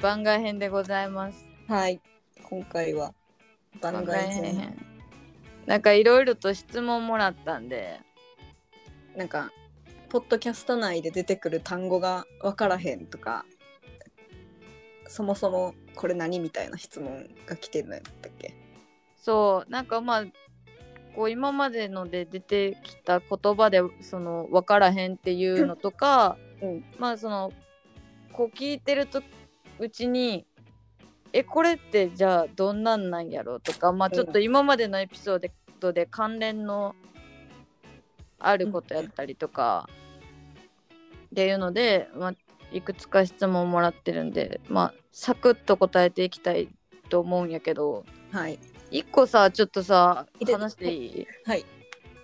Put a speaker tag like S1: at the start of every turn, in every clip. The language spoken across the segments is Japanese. S1: 番外編でございます。
S2: はい。今回は番外編。。
S1: なんかいろいろと質問もらったんで、
S2: なんか、ポッドキャスト内で出てくる単語が分からへんとか、そもそもこれ何みたいな質問が来てるんだったっけ
S1: そうなんかまあこう今までので出てきた言葉でその分からへんっていうのとか、
S2: うん
S1: まあそのこう聞いてるとうちにえこれってじゃあどんなんなんやろうとかまあちょっと今までのエピソードで関連のあることやったりとか、っていうので、まあ、いくつか質問もらってるんでまあサクッと答えていきたいと思うんやけど。
S2: はい。
S1: 一個さちょっとさ
S2: いいです
S1: 話していい
S2: はい。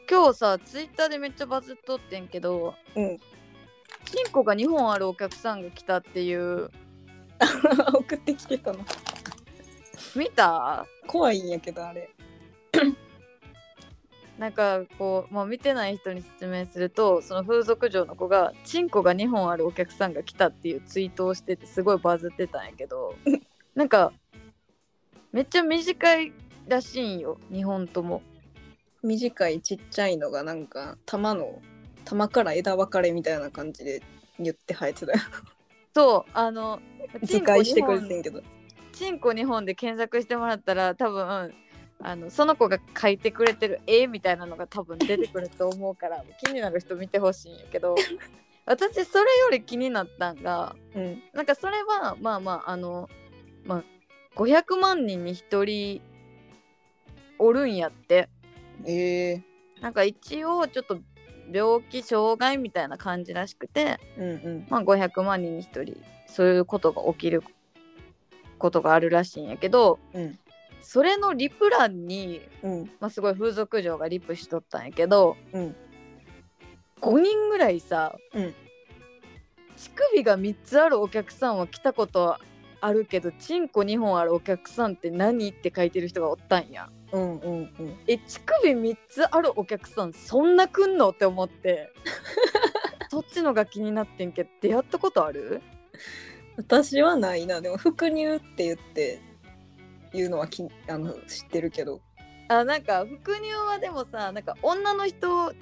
S1: 今日さツイッターでめっちゃバズっとってんけど
S2: うん。
S1: チンコが2本あるお客さんが来たっていう
S2: 送ってきてたの。
S1: 見た
S2: 怖いんやけど、あれ。
S1: なんかこう、まあ、見てない人に説明するとその風俗嬢の子がチンコが2本あるお客さんが来たっていうツイートをしててすごいバズってたんやけ どなんかめっちゃ短いらしいんよ2本とも
S2: 短いちっちゃいのがなんか、玉の、玉から枝分かれみたいな感じで、言って生え てたよ。
S1: そうあの
S2: 図解してくれてんけど。
S1: チンコ日本で検索してもらったら多分あのその子が書いてくれてる絵みたいなのが多分出てくると思うから気になる人見てほしいんやけど私それより気になったんが
S2: うん。
S1: なんかそれはまあまああのまあ500万人に1人おるんやって
S2: ええ
S1: なんか一応ちょっと病気障害みたいな感じらしくて、
S2: うんうん。
S1: まあ、500万人に1人そういうことが起きることがあるらしいんやけど、
S2: うん
S1: それのリプ欄に、
S2: うん
S1: まあ、すごい風俗嬢がリプしとったんやけど、
S2: うん
S1: 5人ぐらいさ、
S2: うん
S1: 乳首が3つあるお客さんは来たことあるけどチンコ2本あるお客さんって何って書いてる人がおったんや。
S2: うんうんうん。
S1: え乳首3つあるお客さんそんな来んのって思って そっちのが気になってんけど出会ったことある
S2: 私はないなでも副乳って言って言うのはきあの知ってるけど
S1: あなんか副乳はでもさなんか女の人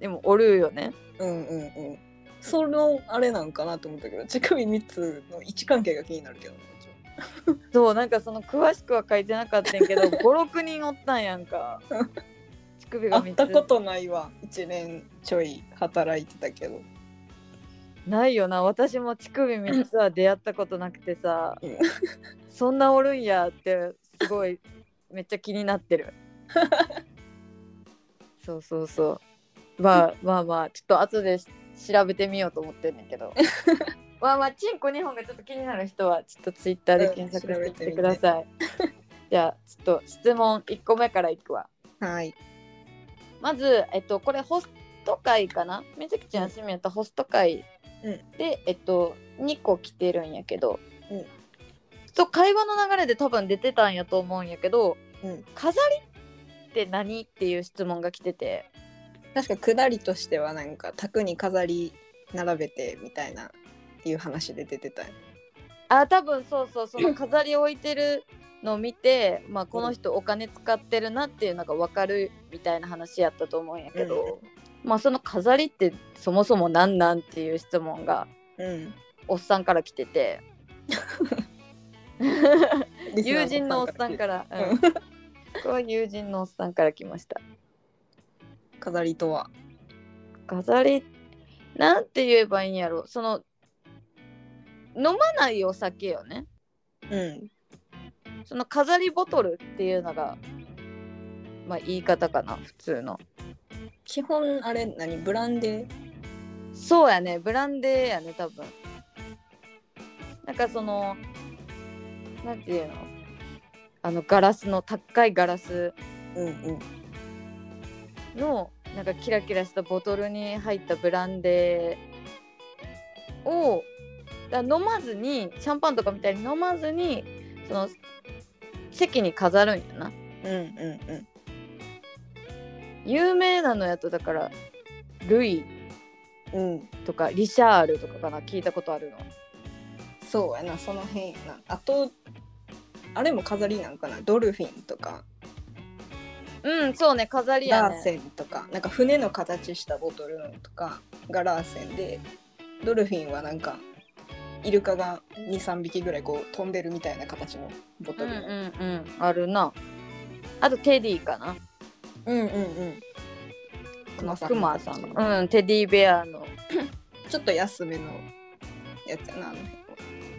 S1: でもおるよね
S2: うんうんうんそのあれなんかなと思ったけど乳首3つの位置関係が気になるけど
S1: そうなんかその詳しくは書いてなかったんやけ ど56人おったんやんか乳首が3
S2: 会っ
S1: つ
S2: たことないわ1年ちょい働いてたけど
S1: ないよな私も乳首3つは出会ったことなくてさ
S2: うん
S1: そんなおるんやってすごいめっちゃ気になって るそうそうそうまあまあまあちょっと後でし調べてみようと思ってんねんけ どまあまあチンコ2本がちょっと気になる人はちょっとツイッターで検索してみてください、じゃあちょっと質問1個目からいくわ
S2: はい
S1: まず、えっと、これホスト会かなみずきちゃん休みやったホスト会
S2: うん
S1: で、えっと、2個来てるんやけど、
S2: うん
S1: そう会話の流れで多分出てたんやと思うんやけど、
S2: うん
S1: 飾りって何っていう質問が来てて
S2: 確か下りとしてはなんか卓に飾り並べてみたいないう話で出てたよ
S1: あ多分そうそう その飾り置いてるのを見て、まあ、この人お金使ってるなっていうのが分かるみたいな話やったと思うんやけど、まあ、その飾りってそもそも何なんっていう質問が
S2: うん
S1: おっさんから来てて友人のおっさんから、
S2: ら
S1: うんこれは友人のおっさんから来ました
S2: 飾りとは
S1: 飾りなんて言えばいいんやろその飲まないお酒よね
S2: うん
S1: その飾りボトルっていうのがまあ言い方かな普通の
S2: 基本あれ何ブランデー
S1: そうやねブランデーやね多分なんかそのなんていうのあのガラスの高いガラス
S2: うんうん
S1: のなんかキラキラしたボトルに入ったブランデーをだ飲まずにシャンパンとかみたいに飲まずにその席に飾るんやな
S2: うんうんうん
S1: 有名なのやとだからルイ
S2: うん、
S1: とかリシャールとかかな聞いたことあるの
S2: そうやなその辺やなあとあれも飾りなんかなドルフィンとか
S1: うんそうね飾りや
S2: ラー
S1: ね
S2: センとかなんか船の形したボトルのとかがラーセンでドルフィンはなんかイルカが23匹ぐらいこう飛んでるみたいな形のボ
S1: う
S2: ト
S1: んう
S2: ル
S1: ん
S2: の、
S1: うんあるなあとテディかな
S2: うん、うんうんクマさん
S1: クマさんのうんテディベアの
S2: ちょっと安めのやつやなあの辺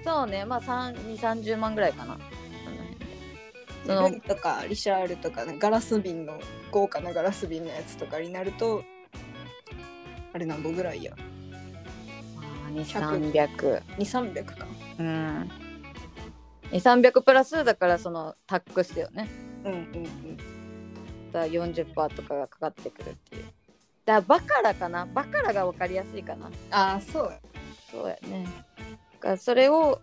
S1: そうねまあ3 2 3 0万ぐらいかなその
S2: ルイとかリシャールとかガラス瓶の豪華なガラス瓶のやつとかになるとあれ何本ぐらいや
S1: 2300
S2: 2300か
S1: うん2300プラスだからそのタックスだよね
S2: うんうん
S1: だから40%とかがかかってくるっていうだからバカラかなバカラが分かりやすいかな
S2: うんああそうや
S1: そうやねだからそれを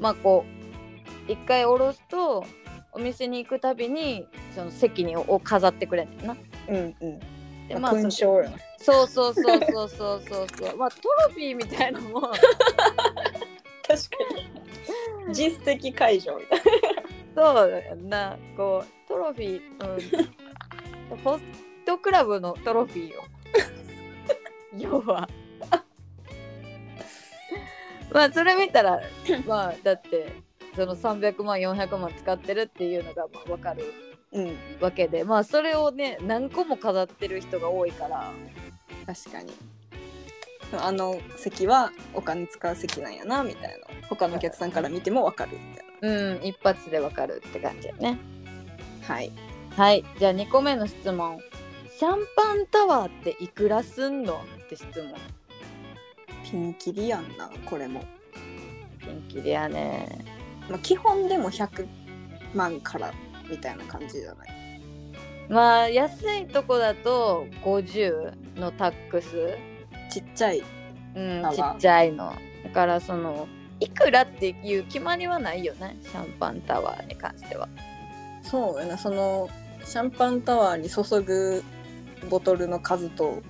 S1: まあこう一回おろすとお店に行くたびにその席にを飾ってくれんねんな
S2: うんうん
S1: で
S2: ま
S1: ま
S2: あ
S1: あ
S2: 勲章やな
S1: そうそうそうそうそうそうそうまあトロフィーみたいなのも
S2: 確かに実績解除みたい
S1: そうやんなこうトロフィー、うん、ホストクラブのトロフィーを 要は まあそれ見たらまあだってその300万400万使ってるっていうのがまあ分かる
S2: なうん
S1: わけでまあそれをね何個も飾ってる人が多いから
S2: 確かにあの席はお金使う席なんやなみたいな他のお客さんから見ても分かるみたい
S1: うん一発で分かるって感じだね
S2: なはい
S1: はいじゃあ2個目の質問シャンパンタワーっていくらすんのって質問
S2: ピンキリやんなこれも、
S1: ピンキリやね
S2: まあ、基本でも100万からみたいな感じじゃない
S1: まあ安いとこだと50のタックス、
S2: ちっちゃい
S1: うん
S2: まあ、
S1: ち
S2: まあ
S1: っちゃいのだからそのいくらっていう決まりはないよねシャンパンタワーに関しては
S2: そうやなそのシャンパンタワーに注ぐボトルの数と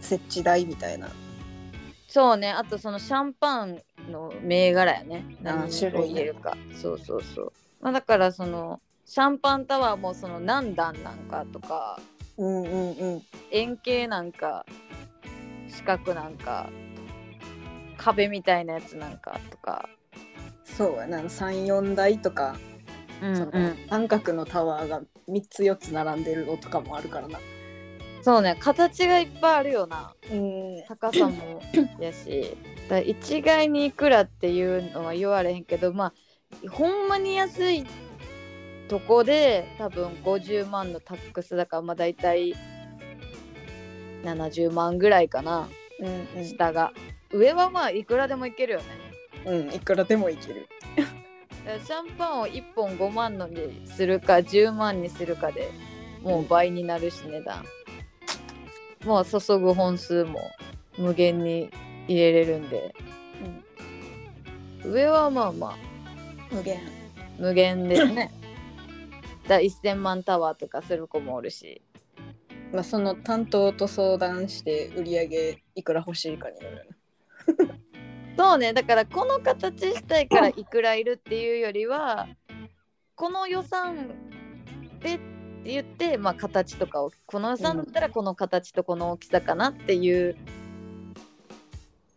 S2: 設置代みたいな
S1: そうねあとそのシャンパンの銘柄やね何種
S2: 種類ね
S1: 類入れるかそうそうそう、まあ、だからそのシャンパンタワーもその何段なんかとか
S2: うんうんうん
S1: 円形なんか四角なんか壁みたいなやつなんかとか、
S2: そうやな34台とか、
S1: うん
S2: その三角のタワーが3つ4つ並んでるのとかもあるからな
S1: そうね形がいっぱいあるよな
S2: うん
S1: 高さもやしだから一概にいくらっていうのは言われへんけどまあほんまに安いとこで多分50万のタックスだからまあ大体70万ぐらいかな
S2: うん
S1: 下が、上はまあいくらでもいけるよね
S2: うん、うん、いくらでもいける
S1: だからシャンパンを1本5万のにするか10万にするかでもう倍になるし値段、まあ注ぐ本数も無限に入れれるんで、上はまあまあ
S2: 無限
S1: 無限ですねだから1000万タワーとかする子もおるし
S2: まあその担当と相談して売り上げいくら欲しいかによるよね
S1: そうねだからこの形したいからいくらいるっていうよりはこの予算でって言って、まあ、形とかをこの予算だったらこの形とこの大きさかなっていう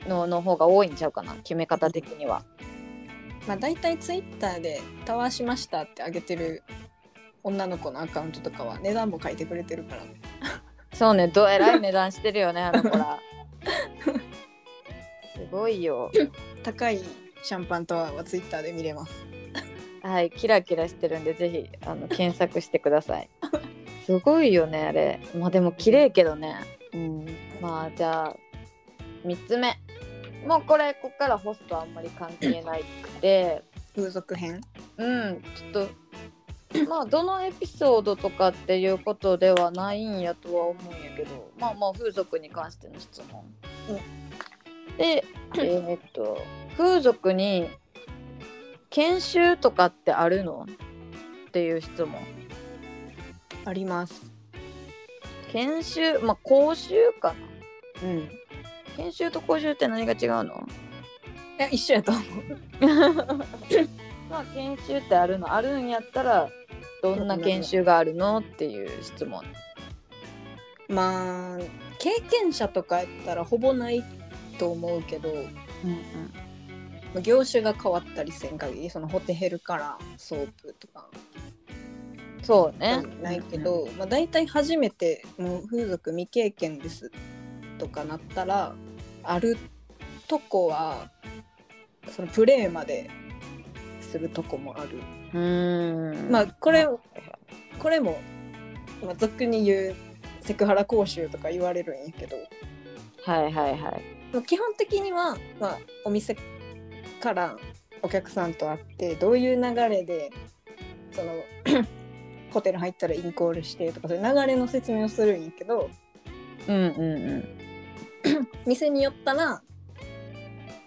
S1: のの方が多いんちゃうかな決め方的には。
S2: まあ大体ツイッターで「タワーしました」ってあげてる女の子のアカウントとかは値段も書いてくれてるから
S1: そうねどえらい値段してるよねあの子 ら。すごい よ。
S2: 高いシャンパンタワーはツイッターで見れます
S1: はいキラキラしてるんでぜひあの検索してください。すごいよねあれ。まあでも綺麗けどね。
S2: うん
S1: まあじゃあ3つ目もうこれこっからホストあんまり関係ないくて
S2: 風俗編
S1: うんちょっとまあどのエピソードとかっていうことではないんやとは思うんやけどまあまあ風俗に関しての質問。でえーっと風俗に研修とかってあるのっていう質問。
S2: あります
S1: 研修まあ講習かな
S2: うん
S1: 研修と講習って何が違うの
S2: いや一緒やと思う
S1: まあ研修ってあるのあるんやったらどんな研修があるのっていう質問
S2: まあ経験者とかやったらほぼないと思うけど
S1: うん
S2: 業種が変わったりせん限りそのホテルからソープとか
S1: うんそうね
S2: ないけど、まあ、大体初めてもう風俗未経験ですとかなったらあるとこはそのプレーまでするとこもある、
S1: うんうん
S2: まあこれこれも、まあ、俗に言うセクハラ講習とか言われるんやけど、
S1: はいはいはい
S2: まあ基本的には、まあ、お店からお客さんと会ってどういう流れでその ホテル入ったらインコールしてとかそういう流れの説明をするんやけど
S1: うんうんうん
S2: 店によったら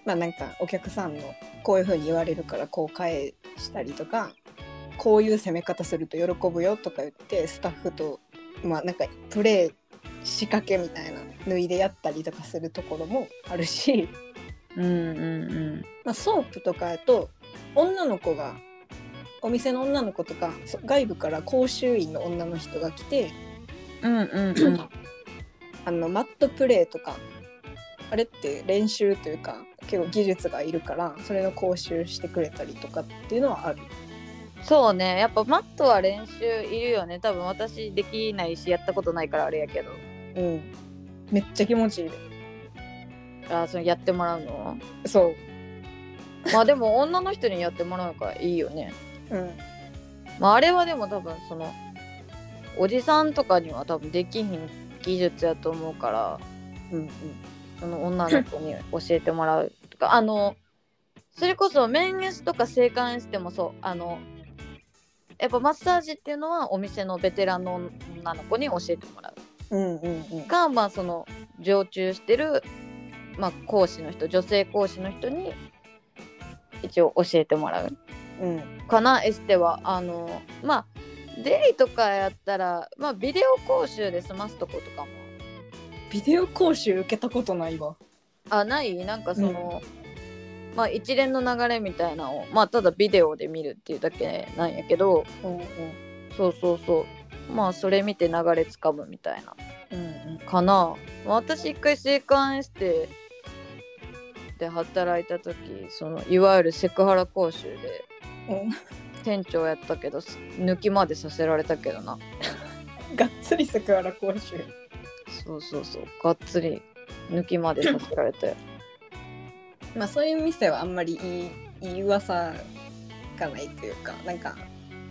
S2: まあなんかお客さんのこういう風に言われるからこう返したりとかこういう攻め方すると喜ぶよとか言ってスタッフとまあなんかプレー仕掛けみたいな脱いでやったりとかするところもあるし。
S1: うんうんうん
S2: まあ、ソープとかやと女の子がお店の女の子とかそ外部から講習員の女の人が来て
S1: うんうんうん
S2: あのマットプレーとかあれって練習というか結構技術がいるからそれの講習してくれたりとかっていうのはある。
S1: そうねやっぱマットは練習いるよね多分私できないしやったことないからあれやけど
S2: うん、めっちゃ気持ちいいで
S1: あーそのやってもらうの
S2: そう、
S1: まあでも女の人にやってもらうからいいよね
S2: うん、
S1: まあ、あれはでも多分そのおじさんとかには多分できひん技術やと思うから
S2: うんうん
S1: その女の子に教えてもらうとかあのそれこそ面エスとか性感エスでもそうあのやっぱマッサージっていうのはお店のベテランの女の子に教えてもらう
S2: うんうんうん
S1: かまあその常駐してる、まあ、講師の人女性講師の人に一応教えてもらう
S2: うん
S1: かなエステはあのまあデリとかやったら、まあ、ビデオ講習で済ますとことかも
S2: ビデオ講習受けたことないわ
S1: あないなんかその、まあ一連の流れみたいなのをまあただビデオで見るっていうだけなんやけど
S2: うんうん
S1: そうそうそうまあそれ見て流れつかむみたいな
S2: うんうん
S1: かなまあ私一回性感エステで働いた時そのいわゆるセクハラ講習で
S2: う
S1: 店長やったけど抜きまでさせられたけどなん
S2: がっつりセクハラ講習
S1: そうそうそう、がっつり抜きまでさせられたよ。
S2: まあそういう店はあんまりいいいい噂がないというかなんか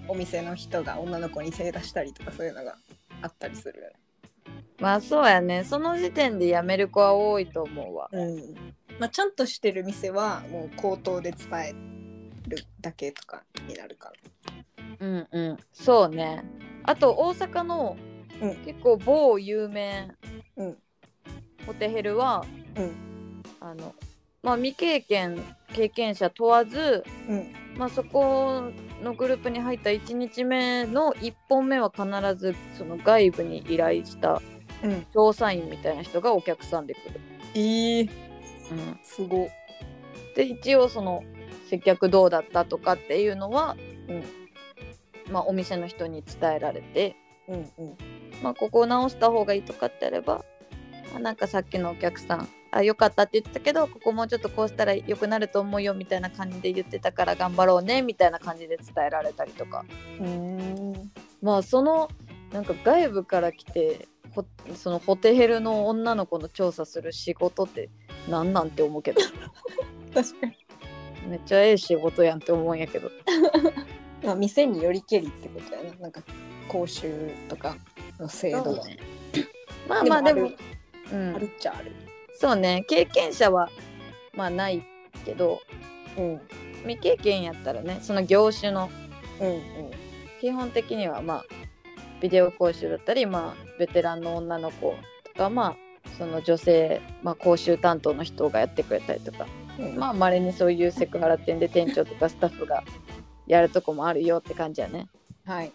S2: お店の人が女の子に手出したりとかそういうのがあったりするよ
S1: まあそうやね、その時点で辞める子は多いと思うわ。
S2: ね、まあ、ちゃんとしてる店はもう口頭で伝えるだけとかになるか
S1: うんうん、そうね。あと大阪の、
S2: うん
S1: 結構某有名
S2: らうん
S1: ホテヘルは、
S2: うん
S1: あのまあ未経験経験者問わず、
S2: うん
S1: まあそこのグループに入った1日目の1本目は必ずその外部に依頼した
S2: うん
S1: 調査員みたいな人がお客さんで来る。
S2: いい
S1: うん
S2: すご
S1: で一応その接客どうだったとかっていうのは、まあ、お店の人に伝えられて、
S2: うんうん
S1: まあ、ここを直した方がいいとかってあれば、あ、なんかさっきのお客さんあ良かったって言ってたけどここもうちょっとこうしたら良くなると思うよみたいな感じで言ってたから頑張ろうねみたいな感じで伝えられたりとか
S2: うん
S1: まあそのなんか外部から来てほそのホテヘルの女の子の調査する仕事ってなんなんて思うけど
S2: 確かに、
S1: めっちゃええ仕事やんって思うんやけど。
S2: まあ、店によりけりってことやななんか講習とかの制度は、
S1: そうね まあまあでも
S2: でも
S1: う
S2: ある
S1: ん、
S2: っちゃある
S1: そうね経験者はまあないけど
S2: うん
S1: 未経験やったらねその業種の
S2: うん
S1: 基本的にはまあビデオ講習だったりまあベテランの女の子とかまあその女性、まあ、講習担当の人がやってくれたりとか
S2: うんうん
S1: まあまれにそういうセクハラ店で店長とかスタッフがやるとこもあるよって感じやね
S2: はい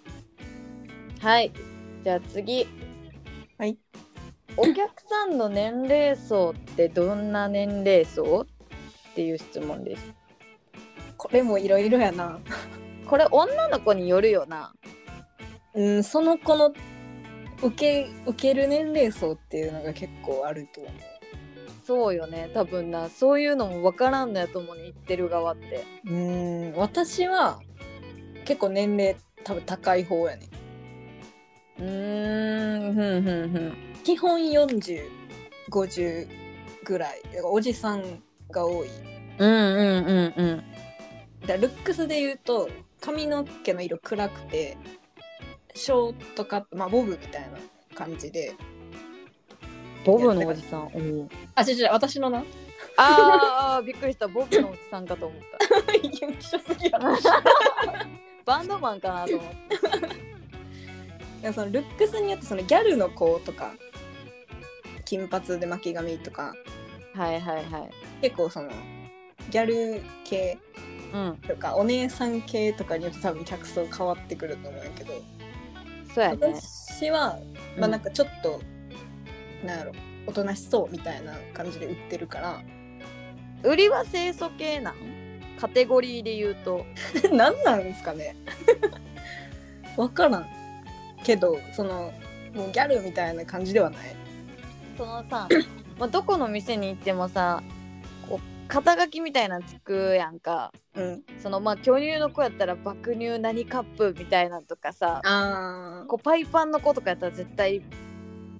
S1: はいじゃあ次
S2: はい
S1: お客さんの年齢層ってどんな年齢層っっていう質問です
S2: これもいろいろやな。
S1: これ女の子によるよな
S2: うん、その子の受け受ける年齢層っていうのが結構あると思う。
S1: そうよね多分なそういうのも分からんのやと思うね言ってる側って
S2: うん、私は結構年齢多分高い方やね。
S1: うーんふんふんふん
S2: 基本40、50ぐらい。だからおじさんが多い。
S1: うんうんうんうん
S2: だからルックスで言うと髪の毛の色暗くてショートカット、まあ、ボブみたいな感じで
S1: ボブのおじさんおう
S2: あ違う違う私のな
S1: あーあーびっくりしたボブのおじさんかと思った
S2: 一緒すぎやろ
S1: バンドマンかなと思って
S2: でもそのルックスによってそのギャルの子とか金髪で巻き髪とか
S1: はいはいはい
S2: 結構そのギャル系
S1: うん
S2: とかお姉さん系とかによって多分客層変わってくると思うんやけど、
S1: そうやね
S2: 私はまあなんかちょっと、なんやろおとなしそうみたいな感じで売ってる から
S1: 売りは清楚系なんカテゴリーで言うと
S2: 何なんですかね わからんけどそのもうギャルみたいな感じではない
S1: その さ、まあ、どこの店に行ってもさこう肩書きみたいなのつくやんか
S2: うん
S1: そのまあ巨乳の子やったら爆乳何カップみたいなのとかさ
S2: あ
S1: こうパイパンの子とかやったら絶対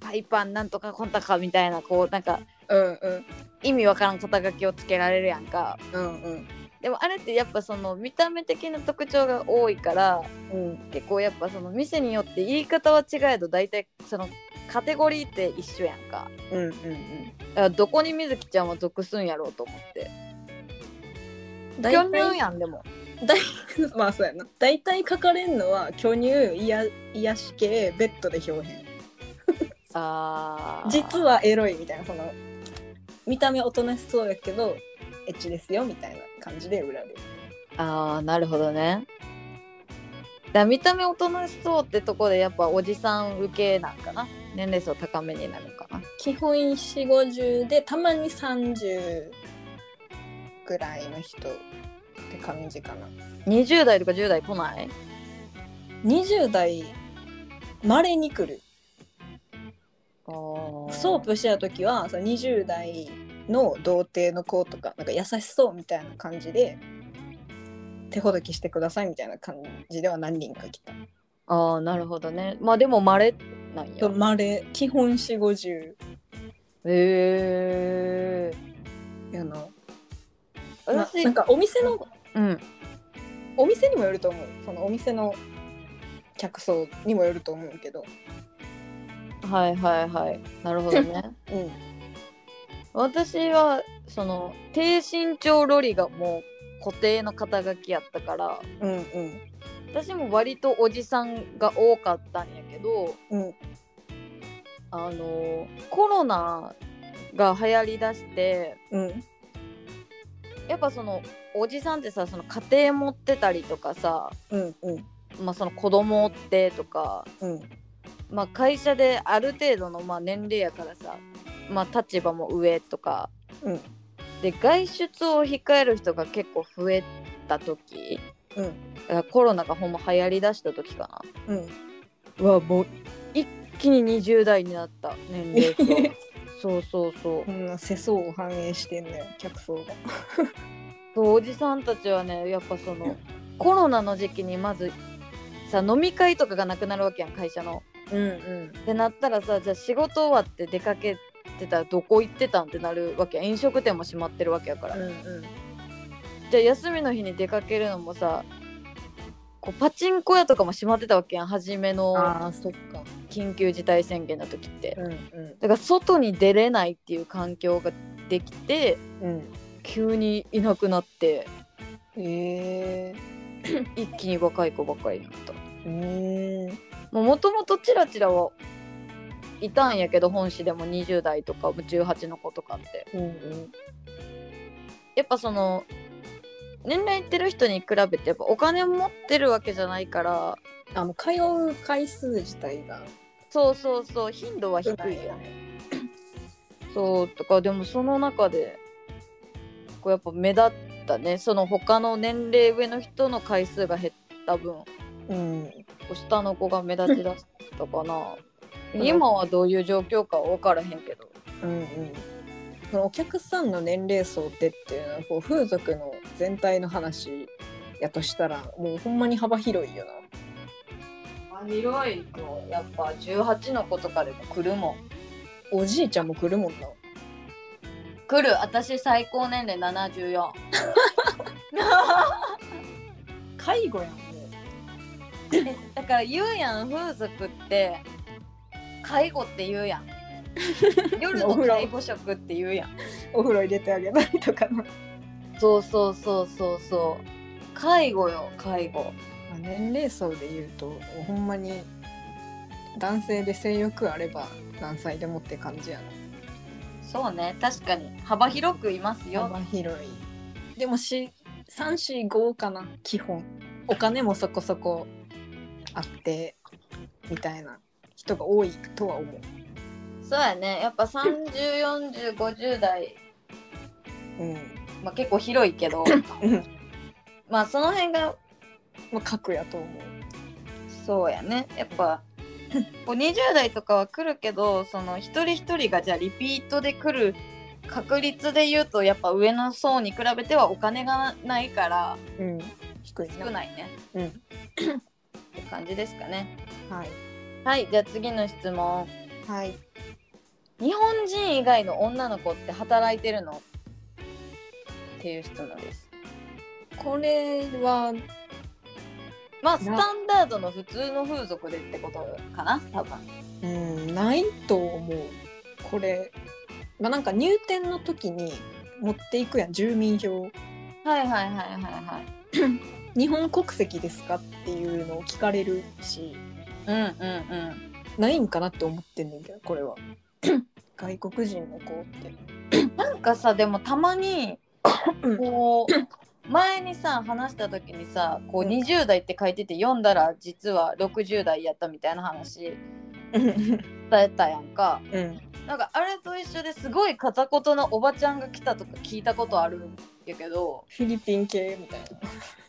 S1: パイパンなんとかコンタカみたいなこうなんか
S2: うんうん
S1: 意味わからん肩書きをつけられるやんか
S2: うんうん
S1: でもあれってやっぱその見た目的な特徴が多いから
S2: うん
S1: 結構やっぱその店によって言い方は違えど大体そのカテゴリーって一緒やんか
S2: うんうん
S1: だからどこにみずきちゃんは属すんやろうと思って
S2: 大
S1: 巨乳
S2: 体
S1: やんでも
S2: 大まあそうやな 大体書かれんのは巨乳癒癒し系ベッドで表現
S1: あー
S2: 実はエロいみたいなその見た目おとなしそうやけどエッチですよみたいな感じで売られる
S1: ああなるほどねだから見た目大人しそうってとこでやっぱおじさん受けなんかな年齢層高めになるのかな
S2: 基本4 5 0でたまに30ぐらいの人って感じかな
S1: 20代とか10代来ない
S2: 20代まれに来るソ
S1: そ
S2: ープしてた時はその20代の童貞の子とかなんか優しそうみたいな感じで手ほどきしてくださいみたいな感じでは何人か来た
S1: ああなるほどねまあでもまれなんや
S2: まれ基本4 5
S1: へえ
S2: 0やな,、まあ、
S1: 私、
S2: なんかお店の
S1: うん
S2: お店にもよると思うそのお店の客層にもよると思うけど
S1: はいはいはいなるほど ね
S2: うん
S1: 私はその低身長ロリがもう固定の肩書きやったから
S2: うんうん
S1: 私も割とおじさんが多かったんやけど
S2: うん
S1: あのコロナが流行りだして
S2: うん
S1: やっぱそのおじさんってさその家庭持ってたりとかさ、
S2: うんうん
S1: まあ、その子供追ってとか、
S2: うん
S1: まあ、会社である程度のまあ年齢やからさ、まあ、立場も上とか
S2: うん
S1: で外出を控える人が結構増えた時、
S2: うん
S1: だからコロナがほんま流行りだした時かな
S2: うん
S1: うわもう一気に20代になった年齢層そうそうそう
S2: こんな世相を反映してんだよ客層が
S1: そうおじさんたちはねやっぱそのコロナの時期にまずさ飲み会とかがなくなるわけやん会社の。
S2: うんうん
S1: ってなったらさじゃあ仕事終わって出かけてたらどこ行ってたんってなるわけやん飲食店も閉まってるわけやから、
S2: うん
S1: じ
S2: うん
S1: ゃあ休みの日に出かけるのもさこうパチンコ屋とかも閉まってたわけやん初めの
S2: ああそっか
S1: 緊急事態宣言の時って
S2: うんう
S1: だから外に出れないっていう環境ができて
S2: ん
S1: 急にいなくなって
S2: うんえ
S1: 一気に若い子ばっかりになった
S2: ー、うん
S1: もともとチラチラはいたんやけど本誌でも20代とか18の子とかって
S2: うんうん
S1: やっぱその年齢いってる人に比べてやっぱお金持ってるわけじゃないから
S2: あもう通う回数自体が
S1: そうそうそう頻度は低いよねそうとかでもその中で構やっぱ目立ったねその他の年齢上の人の回数が減った分
S2: うん、
S1: 下の子が目立ちだしたかな今はどういう状況かは分からへんけど
S2: うんうん、そのお客さんの年齢層でっていうのはこう風俗の全体の話やとしたらもうほんまに幅広いよな。
S1: 広いとやっぱ18の子とかでも来るもん
S2: おじいちゃんも来るもんな。
S1: 来る私最高年齢74
S2: 介護やんも
S1: だから言うやん風俗って介護って言う やん夜の介護食って言うやん
S2: うお風呂入れてあげたりとかな。
S1: そうそうそうそうそう介護よ介護
S2: まあ年齢層で言うともうほんまに男性で性欲あれば何歳でもって感じや
S1: そうね確かに幅広くいます
S2: な。
S1: よ
S2: 幅広い。でもし345かな基本。お金もそこそこあってみたいな人が多いとは思う。
S1: そうやねやっぱ304050代、
S2: うん、
S1: まあ、結構広いけど
S2: うん
S1: まあその辺が
S2: まあ、核やと思う。
S1: そうやねやっぱこう20代とかは来るけどその一人一人がじゃあリピートで来る確率で言うとやっぱ上の層に比べてはお金がないから
S2: うん、低いな。
S1: 少ないね
S2: うん、
S1: って感じですかね
S2: はい。
S1: はいじゃあ次の質問
S2: はい。
S1: 日本人以外の女の子って働いてるのっていう質問です
S2: これは、
S1: まあスタンダードの普通の風俗でってことかな多分
S2: うん、ないと思う。これ、まあ、なんか入店の時に持っていくやん、住民票。
S1: はいはいはいはいはい
S2: 日本国籍ですかっていうのを聞かれるし、
S1: うんうんうん
S2: ないんかなって思ってんねんけど、これ は。外国人の子って。
S1: なんかさでもたまに
S2: うん
S1: こう前にさ話した時にさこう
S2: うん
S1: 20代って書いてて読んだら実は60代やったみたいな話伝えたやんか
S2: うん。
S1: なんかあれと一緒ですごい片言のおばちゃんが来たとか聞いたことあるんやけど
S2: フィリピン系みたい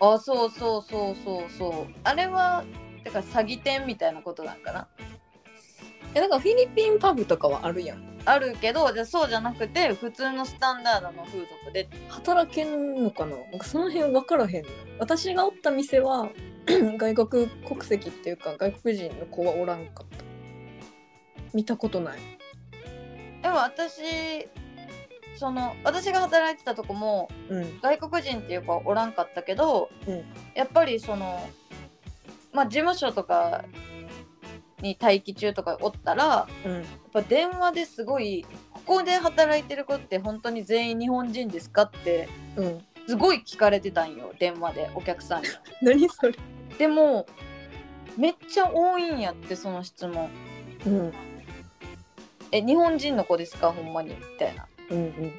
S2: な。
S1: あそうそうそうそうそうあれはてか詐欺店みたいなことなんかな
S2: え、なんかフィリピンパブとかはあるやん。
S1: あるけどじゃあそうじゃなくて普通のスタンダードの風俗で
S2: 働けんのかななんかその辺分からへんの私がおった店は 外国国籍っていうか外国人の子はおらんかった見たことない
S1: でも私その私が働いてたとこも
S2: うん
S1: 外国人っていうかおらんかったけど、
S2: うん
S1: やっぱりそのまあ事務所とかに待機中とかおったらや
S2: うん
S1: っぱ電話ですごい「ここで働いてる子って本当に全員日本人ですか?」って
S2: うん
S1: すごい聞かれてたんよ電話でお客さんに。
S2: 何それ
S1: でもめっちゃ多いんやってその質問
S2: うんうん
S1: 「え日本人の子ですかほんまに」みたいな
S2: うん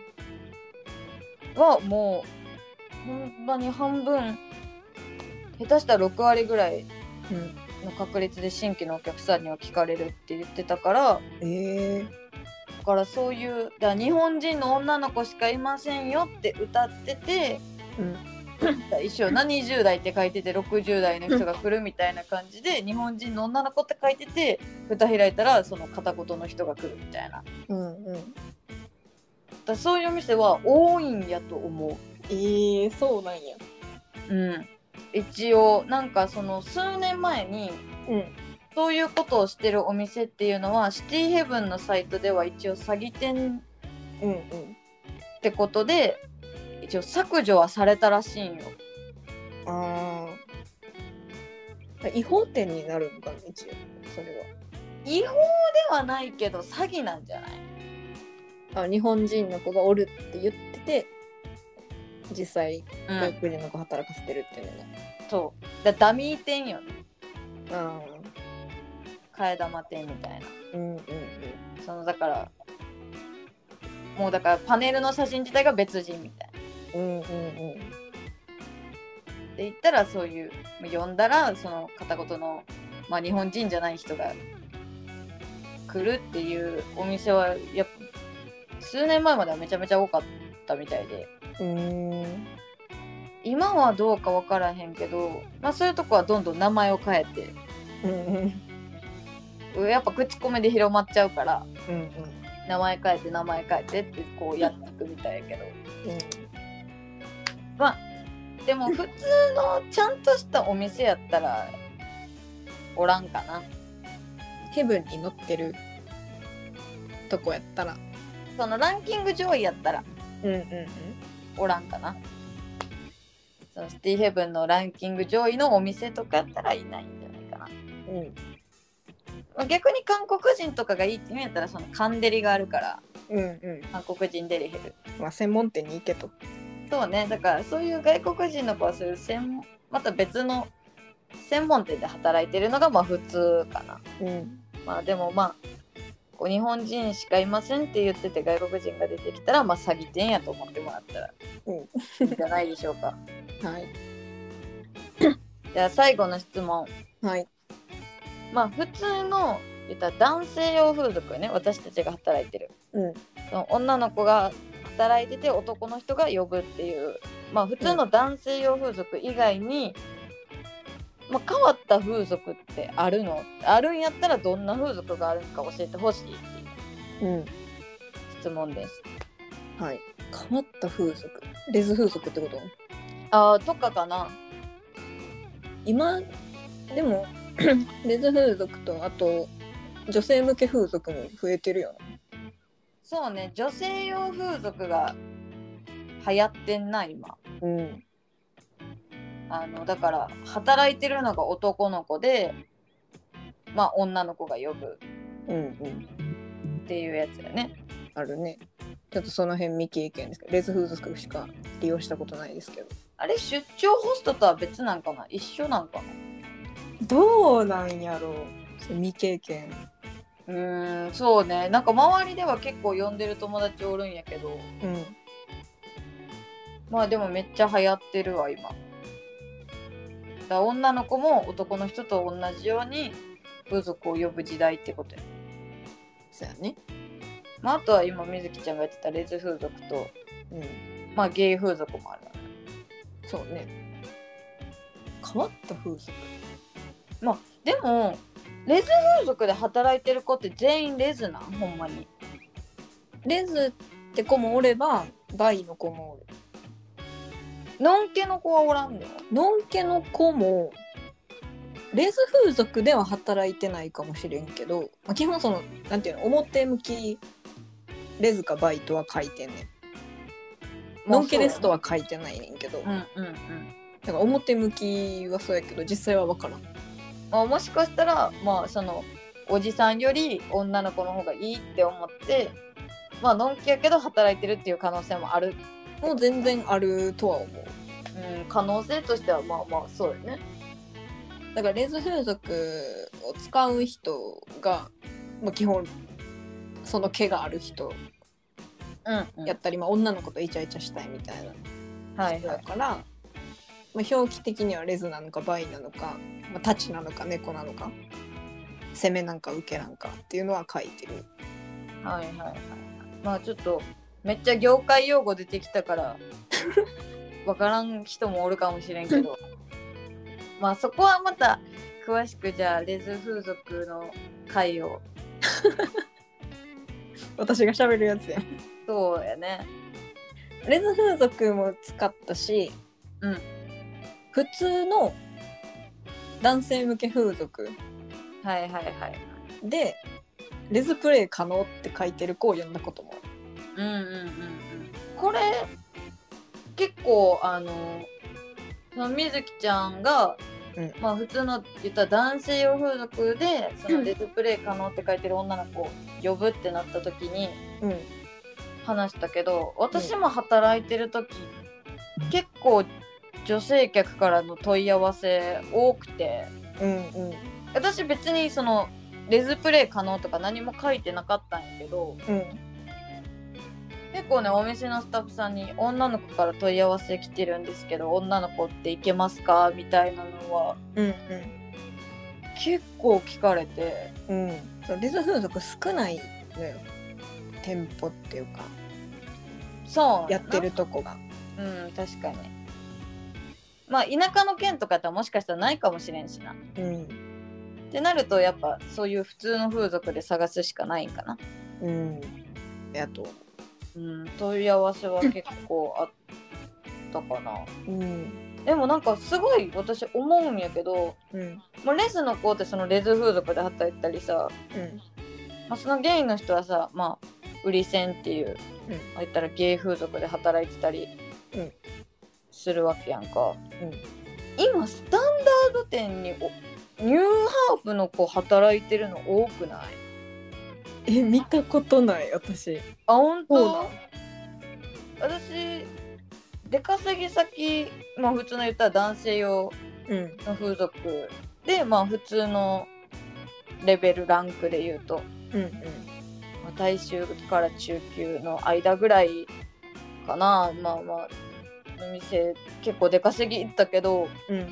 S1: はもうほんまに半分下手したら6割ぐらい
S2: うん
S1: の確率で新規のお客さんには聞かれるって言ってたから
S2: ええ
S1: だからそういうだから日本人の女の子しかいませんよって歌ってて
S2: うん
S1: 一緒な20代って書いてて60代の人が来るみたいな感じで日本人の女の子って書いてて蓋開いたらその片言の人が来るみたいなだか
S2: うんうん
S1: らそういうお店は多いんやと思
S2: ええそうなんや
S1: う、うん、一応なんかその数年前に
S2: うん
S1: そういうことをしてるお店っていうのはシティヘブンのサイトでは一応詐欺店
S2: うんうん
S1: ってことで一応削除はされたらしいんよ
S2: ああ違法店になるんかな一応それ
S1: 違法ではないけど詐欺なんじゃない
S2: はあ日本人の子がおるって言ってて実際
S1: う
S2: 外
S1: ん
S2: 国人の子働かせてるっていうのが
S1: そうだダミー店よね
S2: あ
S1: 替え玉店みたいな
S2: ーうんうんうん
S1: そのだからもうだからパネルの写真自体が別人みたいな
S2: うんうん
S1: って言ったらそういう呼んだらその片言の、まあ、日本人じゃない人が来るっていうお店はやっぱ数年前まではめちゃめちゃ多かったみたいで
S2: うーん
S1: 今はどうか分からへんけど、まあ、そういうとこはどんどん名前を変えて
S2: うんうん
S1: うんやっぱ口コミで広まっちゃうから
S2: うんうん
S1: 名前変えて名前変えてってこうやっていくみたいやけどまあでも普通のちゃんとしたお店やったらおらんかな
S2: ヘブンに乗ってるとこやったら
S1: そのランキング上位やったら
S2: うんうんうん
S1: おらんかなそのシティヘブンのランキング上位のお店とかやったらいないんじゃないかな、
S2: うん
S1: まあ、逆に韓国人とかがいいって言うんやったらそのカンデリがあるから
S2: うんう
S1: 韓国人デリヘル
S2: んまあ専門店に行けと
S1: そうねだからそういう外国人の子はそういう専門また別の専門店で働いてるのがまあ普通かな
S2: うん
S1: まあでもまあこう日本人しかいませんって言ってて外国人が出てきたらまあ詐欺店やと思ってもらったら
S2: うん
S1: いいんじゃないでしょうか
S2: はい
S1: じゃあ最後の質問
S2: はい
S1: まあ普通の言ったら男性用風俗よね私たちが働いてる
S2: うん
S1: その女の子が働いてて男の人が呼ぶっていうまあ普通の男性用風俗以外に、まあ、変わった風俗ってあるのあるんやったらどんな風俗があるのか教えてほしいっていう
S2: うん
S1: 質問です。
S2: はい変わった風俗レズ風俗ってこと
S1: あーとかかな
S2: 今でも レズ風俗とあと女性向け風俗も増えてるよ
S1: そうね女性用風俗が流行ってんな今
S2: なうん
S1: あのだから働いてるのが男の子でまあ女の子が呼ぶ
S2: うんうん
S1: っていうやつだよね
S2: あるねちょっとその辺未経験ですけどレズ風俗しか利用したことないですけど
S1: あれ出張ホストとは別なんかな一緒なんかな
S2: どうなんやろう未経験
S1: うーんそうねなんか周りでは結構呼んでる友達おるんやけど
S2: うん
S1: まあでもめっちゃ流行ってるわ今だから女の子も男の人と同じように風俗を呼ぶ時代ってことや
S2: そうやね
S1: まあ、あとは今みずきちゃんが言ってたレズ風俗と、
S2: うん
S1: まあ、ゲイ風俗もあるわね
S2: そうね変わった風俗
S1: でもレズ風俗で働いてる子って全員レズなんほんまに
S2: レズって子もおればバイの子もおる
S1: のんけの子はおらんの
S2: のんけの子もレズ風俗では働いてないかもしれんけど、まあ、基本そのなんていうの表向きレズかバイとは書いてんねんのんけレズと
S1: は
S2: は書いてないねんけどだ
S1: うんうんうん
S2: から表向きはそうやけど実際は分からん
S1: まあ、もしかしたらまあそのおじさんより女の子の方がいいって思ってまあのんけやけど働いてるっていう可能性もある、
S2: もう全然あるとは思う
S1: うん、可能性としてはまあまあそうだね
S2: だからレズ風俗を使う人が、まあ、基本その毛がある人
S1: うん、うん、
S2: やったり、まあ、女の子とイチャイチャしたいみたいな
S1: はい
S2: 人
S1: は
S2: だ
S1: い
S2: から、まあ、表記的にはレズなのかバイなのか、まあ、タチなのか猫なのか攻めなんか受けなんかっていうのは書いてる
S1: はいはいはい。まあちょっとめっちゃ業界用語出てきたから わからん人もおるかもしれんけ どまあそこはまた詳しくじゃあレズ風俗の回を
S2: 私が喋るやつや
S1: そうやね
S2: レズ風俗も使ったし、
S1: うん
S2: 普通の男性向け風俗
S1: はいはいはい
S2: でレズプレイ可能って書いてる子を呼んだこともある
S1: うんうんうんうんこれ結構あのそのみずきちゃんが、
S2: うん
S1: まあ普通の言ったら男性用風俗でそのレズプレイ可能って書いてる女の子を呼ぶってなった時に、
S2: うん
S1: 話したけど私も働いてる時、結構女性客からの問い合わせ多くて
S2: うんうん
S1: 私別にそのレズプレイ可能とか何も書いてなかったんやけど
S2: うん
S1: 結構ねお店のスタッフさんに女の子から問い合わせ来てるんですけど女の子って行けますかみたいなのは
S2: うん
S1: 結構聞かれて
S2: うんうんそうレズ風俗少ないのよ店舗っていうか
S1: そう
S2: やって
S1: る
S2: るとこが
S1: うん確かにまあ田舎の県とかやってもしかしたらないかもしれんしなっ
S2: うん
S1: てなるとやっぱそういう普通の風俗で探すしかないんかな
S2: うんあと
S1: うん問い合わせは結構あったかな
S2: うん
S1: でもなんかすごい私思うんやけど、
S2: うん
S1: まあ、レズの子ってそのレズ風俗で働いてたりさ、
S2: うん
S1: まあ、そのゲイの人はさまあ売り線っていう、
S2: うん
S1: まあ言ったらゲイ風俗で働いてたり
S2: うん
S1: するわけやんか、
S2: うん
S1: 今スタンダード店におニューハーフの子働いてるの多くない
S2: え見たことない私
S1: あ本
S2: そ
S1: 当
S2: う
S1: 私出稼ぎ先まあ普通の言ったら男性用
S2: うん
S1: の風俗でまあ普通のレベルランクで言うと、
S2: うん
S1: まあ、大衆から中級の間ぐらいかなまあまあお店結構出稼ぎ行ったけど
S2: うんうん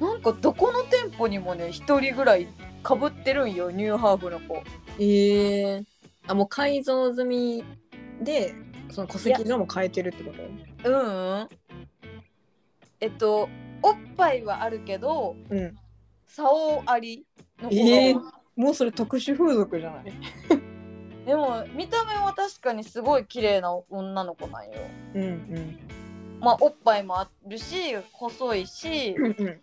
S1: なんかどこの店舗にもね一人ぐらいかぶってるんよニューハーフの子
S2: ええあもう改造済みでその戸籍上も変えてるってこと
S1: うん、うん、えっとおっぱいはあるけど
S2: うん
S1: 竿ありの子が多い、
S2: ええもうそれ特殊風俗じゃない
S1: でも見た目は確かにすごい綺麗な女の子なんよ
S2: うんうん
S1: まあおっぱいもあるし細いし
S2: うんうん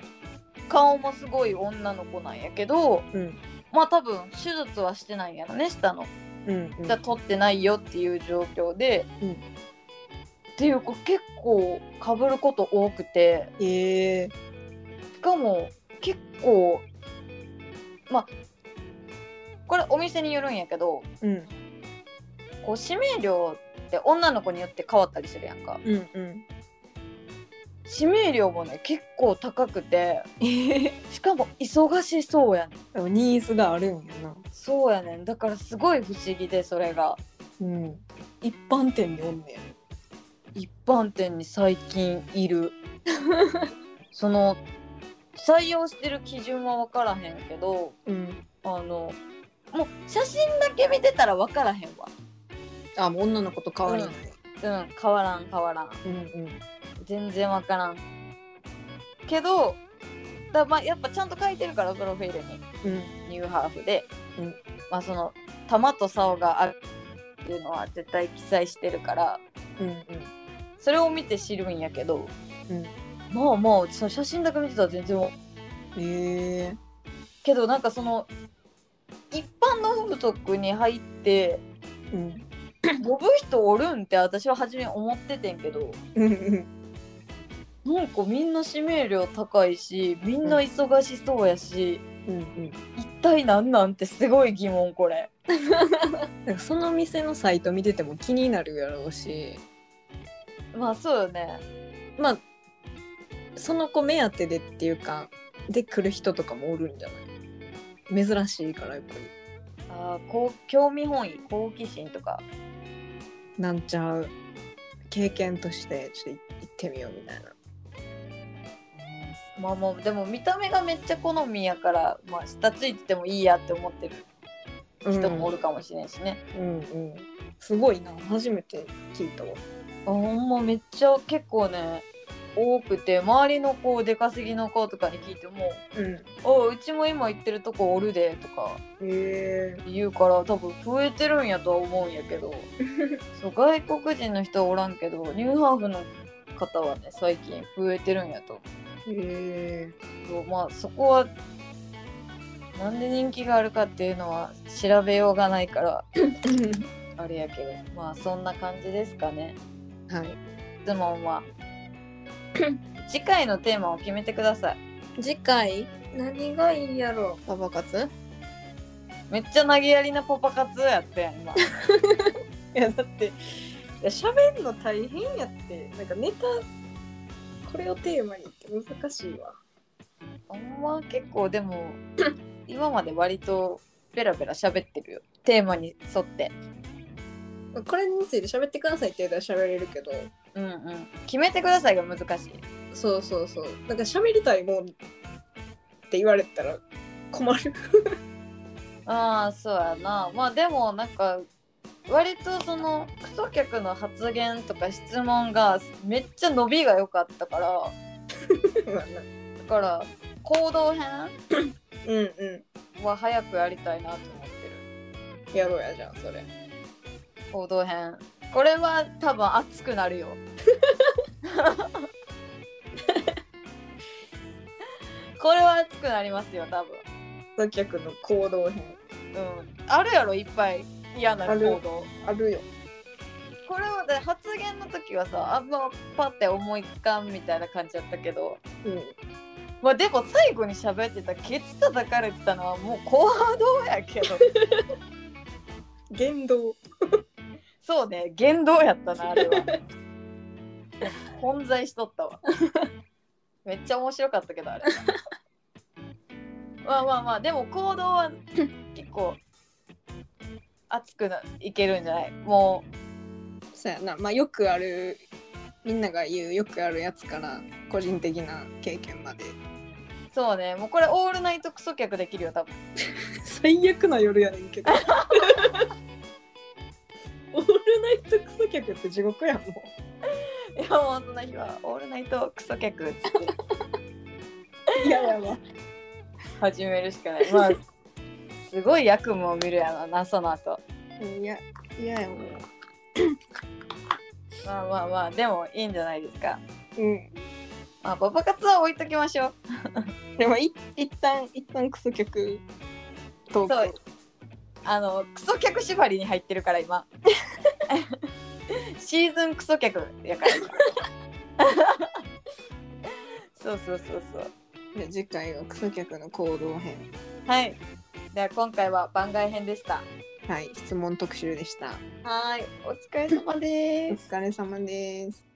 S1: 顔もすごい女の子なんやけど
S2: うん
S1: まあ多分手術はしてないんやろね下の
S2: うん
S1: じゃあ取ってないよっていう状況で、
S2: うん
S1: っていうか結構かぶること多くて
S2: ええ
S1: しかも結構まあこれお店によるんやけど
S2: うん
S1: こう指名料って女の子によって変わったりするやんか
S2: うんうん
S1: 指名料もね結構高くて
S2: ええ
S1: しかも忙しそうやねん
S2: でもニーズがあるんやな
S1: そうやねんだからすごい不思議でそれが
S2: うん一般店におんねや
S1: 一般店に最近い るその採用してる基準は分からへんけど
S2: うん
S1: あのもう写真だけ見てたら分からへんわ
S2: あもう女の子と変わりない
S1: うん変わらん変わらん
S2: うんうん
S1: 全然分からんけどだまあやっぱちゃんと書いてるからプロフィールに
S2: うん
S1: ニューハーフで、
S2: うん
S1: まあその玉と竿があるっていうのは絶対記載してるから
S2: うん
S1: それを見て知るんやけど、
S2: うん
S1: まあまあその写真だけ見てたら全然
S2: うんええ
S1: けどなんかその一般の風俗に入 って
S2: うん
S1: ボブ人おるんって私は初め思っててんけど
S2: うんうん
S1: なんかみんな指名料高いしみんな忙しそうやし、
S2: うんうん
S1: 一体何なんてすごい疑問これ
S2: なんかその店のサイト見てても気になるやろうし
S1: まあそうよね
S2: まあその子目当てでっていうかで来る人とかもおるんじゃない珍しいからやっぱり
S1: あーこう興味本位好奇心とか
S2: なんちゃう経験としてちょっと行ってみようみたいな
S1: まあまあでも見た目がめっちゃ好みやから、まあ、下ついててもいいやって思ってる人もおるかもしれんしね、
S2: うんうんすごいな初めて聞いたわ
S1: あほんまめっちゃ結構ね多くて周りのこう出稼ぎの子とかに聞いても
S2: うん
S1: 「あうちも今行ってるとこおるで」とか
S2: へえ
S1: 言うから多分増えてるんやとは思うんやけどそう外国人の人はおらんけどニューハーフの方はね最近増えてるんやと
S2: へ
S1: そうまあそこはなんで人気があるかっていうのは調べようがないからあれやけどまあそんな感じですかね
S2: えはい
S1: 質問は次回のテーマを決めてください
S2: 次回何がいいやろパパ活
S1: めっちゃ投げやりなパパ活やってん今
S2: いやだっていや喋るの大変やってなんかネタこれをテーマにって難しいわ
S1: ほんま結構でも今まで割とペラペラ喋ってるよテーマに沿って
S2: まあこれについて喋ってくださいって言うたら喋れるけど
S1: うんうん決めてくださいが難しい
S2: そうそうそうなんか喋りたいもんって言われたら困る
S1: ああそうやなまあでもなんか割とそのクソ客の発言とか質問がめっちゃ伸びが良かったからだから行動編
S2: うんう
S1: は早くやりたいなと思って
S2: んやろうやじゃあそれ
S1: る行動編これは多分熱くなるよ これは熱くなりますよ多分
S2: 顧客の行動編
S1: うんあるやろいっぱい嫌な行動
S2: あるよ
S1: これはね発言の時はさあんまパッて思いつかんみたいな感じだったけど
S2: うん
S1: まあでも最後に喋ってたケツ叩かれてたのはもう行動やけど
S2: 言動
S1: そうね言動やったなあれ は混在しとったわめっちゃ面白かったけどあ れまあまあまあでも行動は結構熱くないけるんじゃないも
S2: そうやなまあよくあるみんなが言うよくあるやつから個人的な経験まで
S1: うそうねもうこれオールナイトクソ客できるよ多分
S2: 最悪な夜やねん けどオールナイトクソ客って地獄やもん
S1: いやもうそんな日はオールナイトクソ客っつって
S2: いややば
S1: 始めるしかないまあすごい悪夢を見るやろなその後
S2: いやいややもん
S1: まあまあまあでもいいんじゃないですか
S2: うん
S1: まあパパ活は置いときましょう
S2: でもい一旦一旦クソ客トーク
S1: あのクソ客縛りに入ってるから今 シーズンクソ客やから 今そうそうそうそう
S2: じゃあ次回はクソ客の行動編
S1: はいでは今回は番外編でした
S2: はい質問特集でした
S1: はいお疲れ様
S2: お
S1: です
S2: 疲れ様です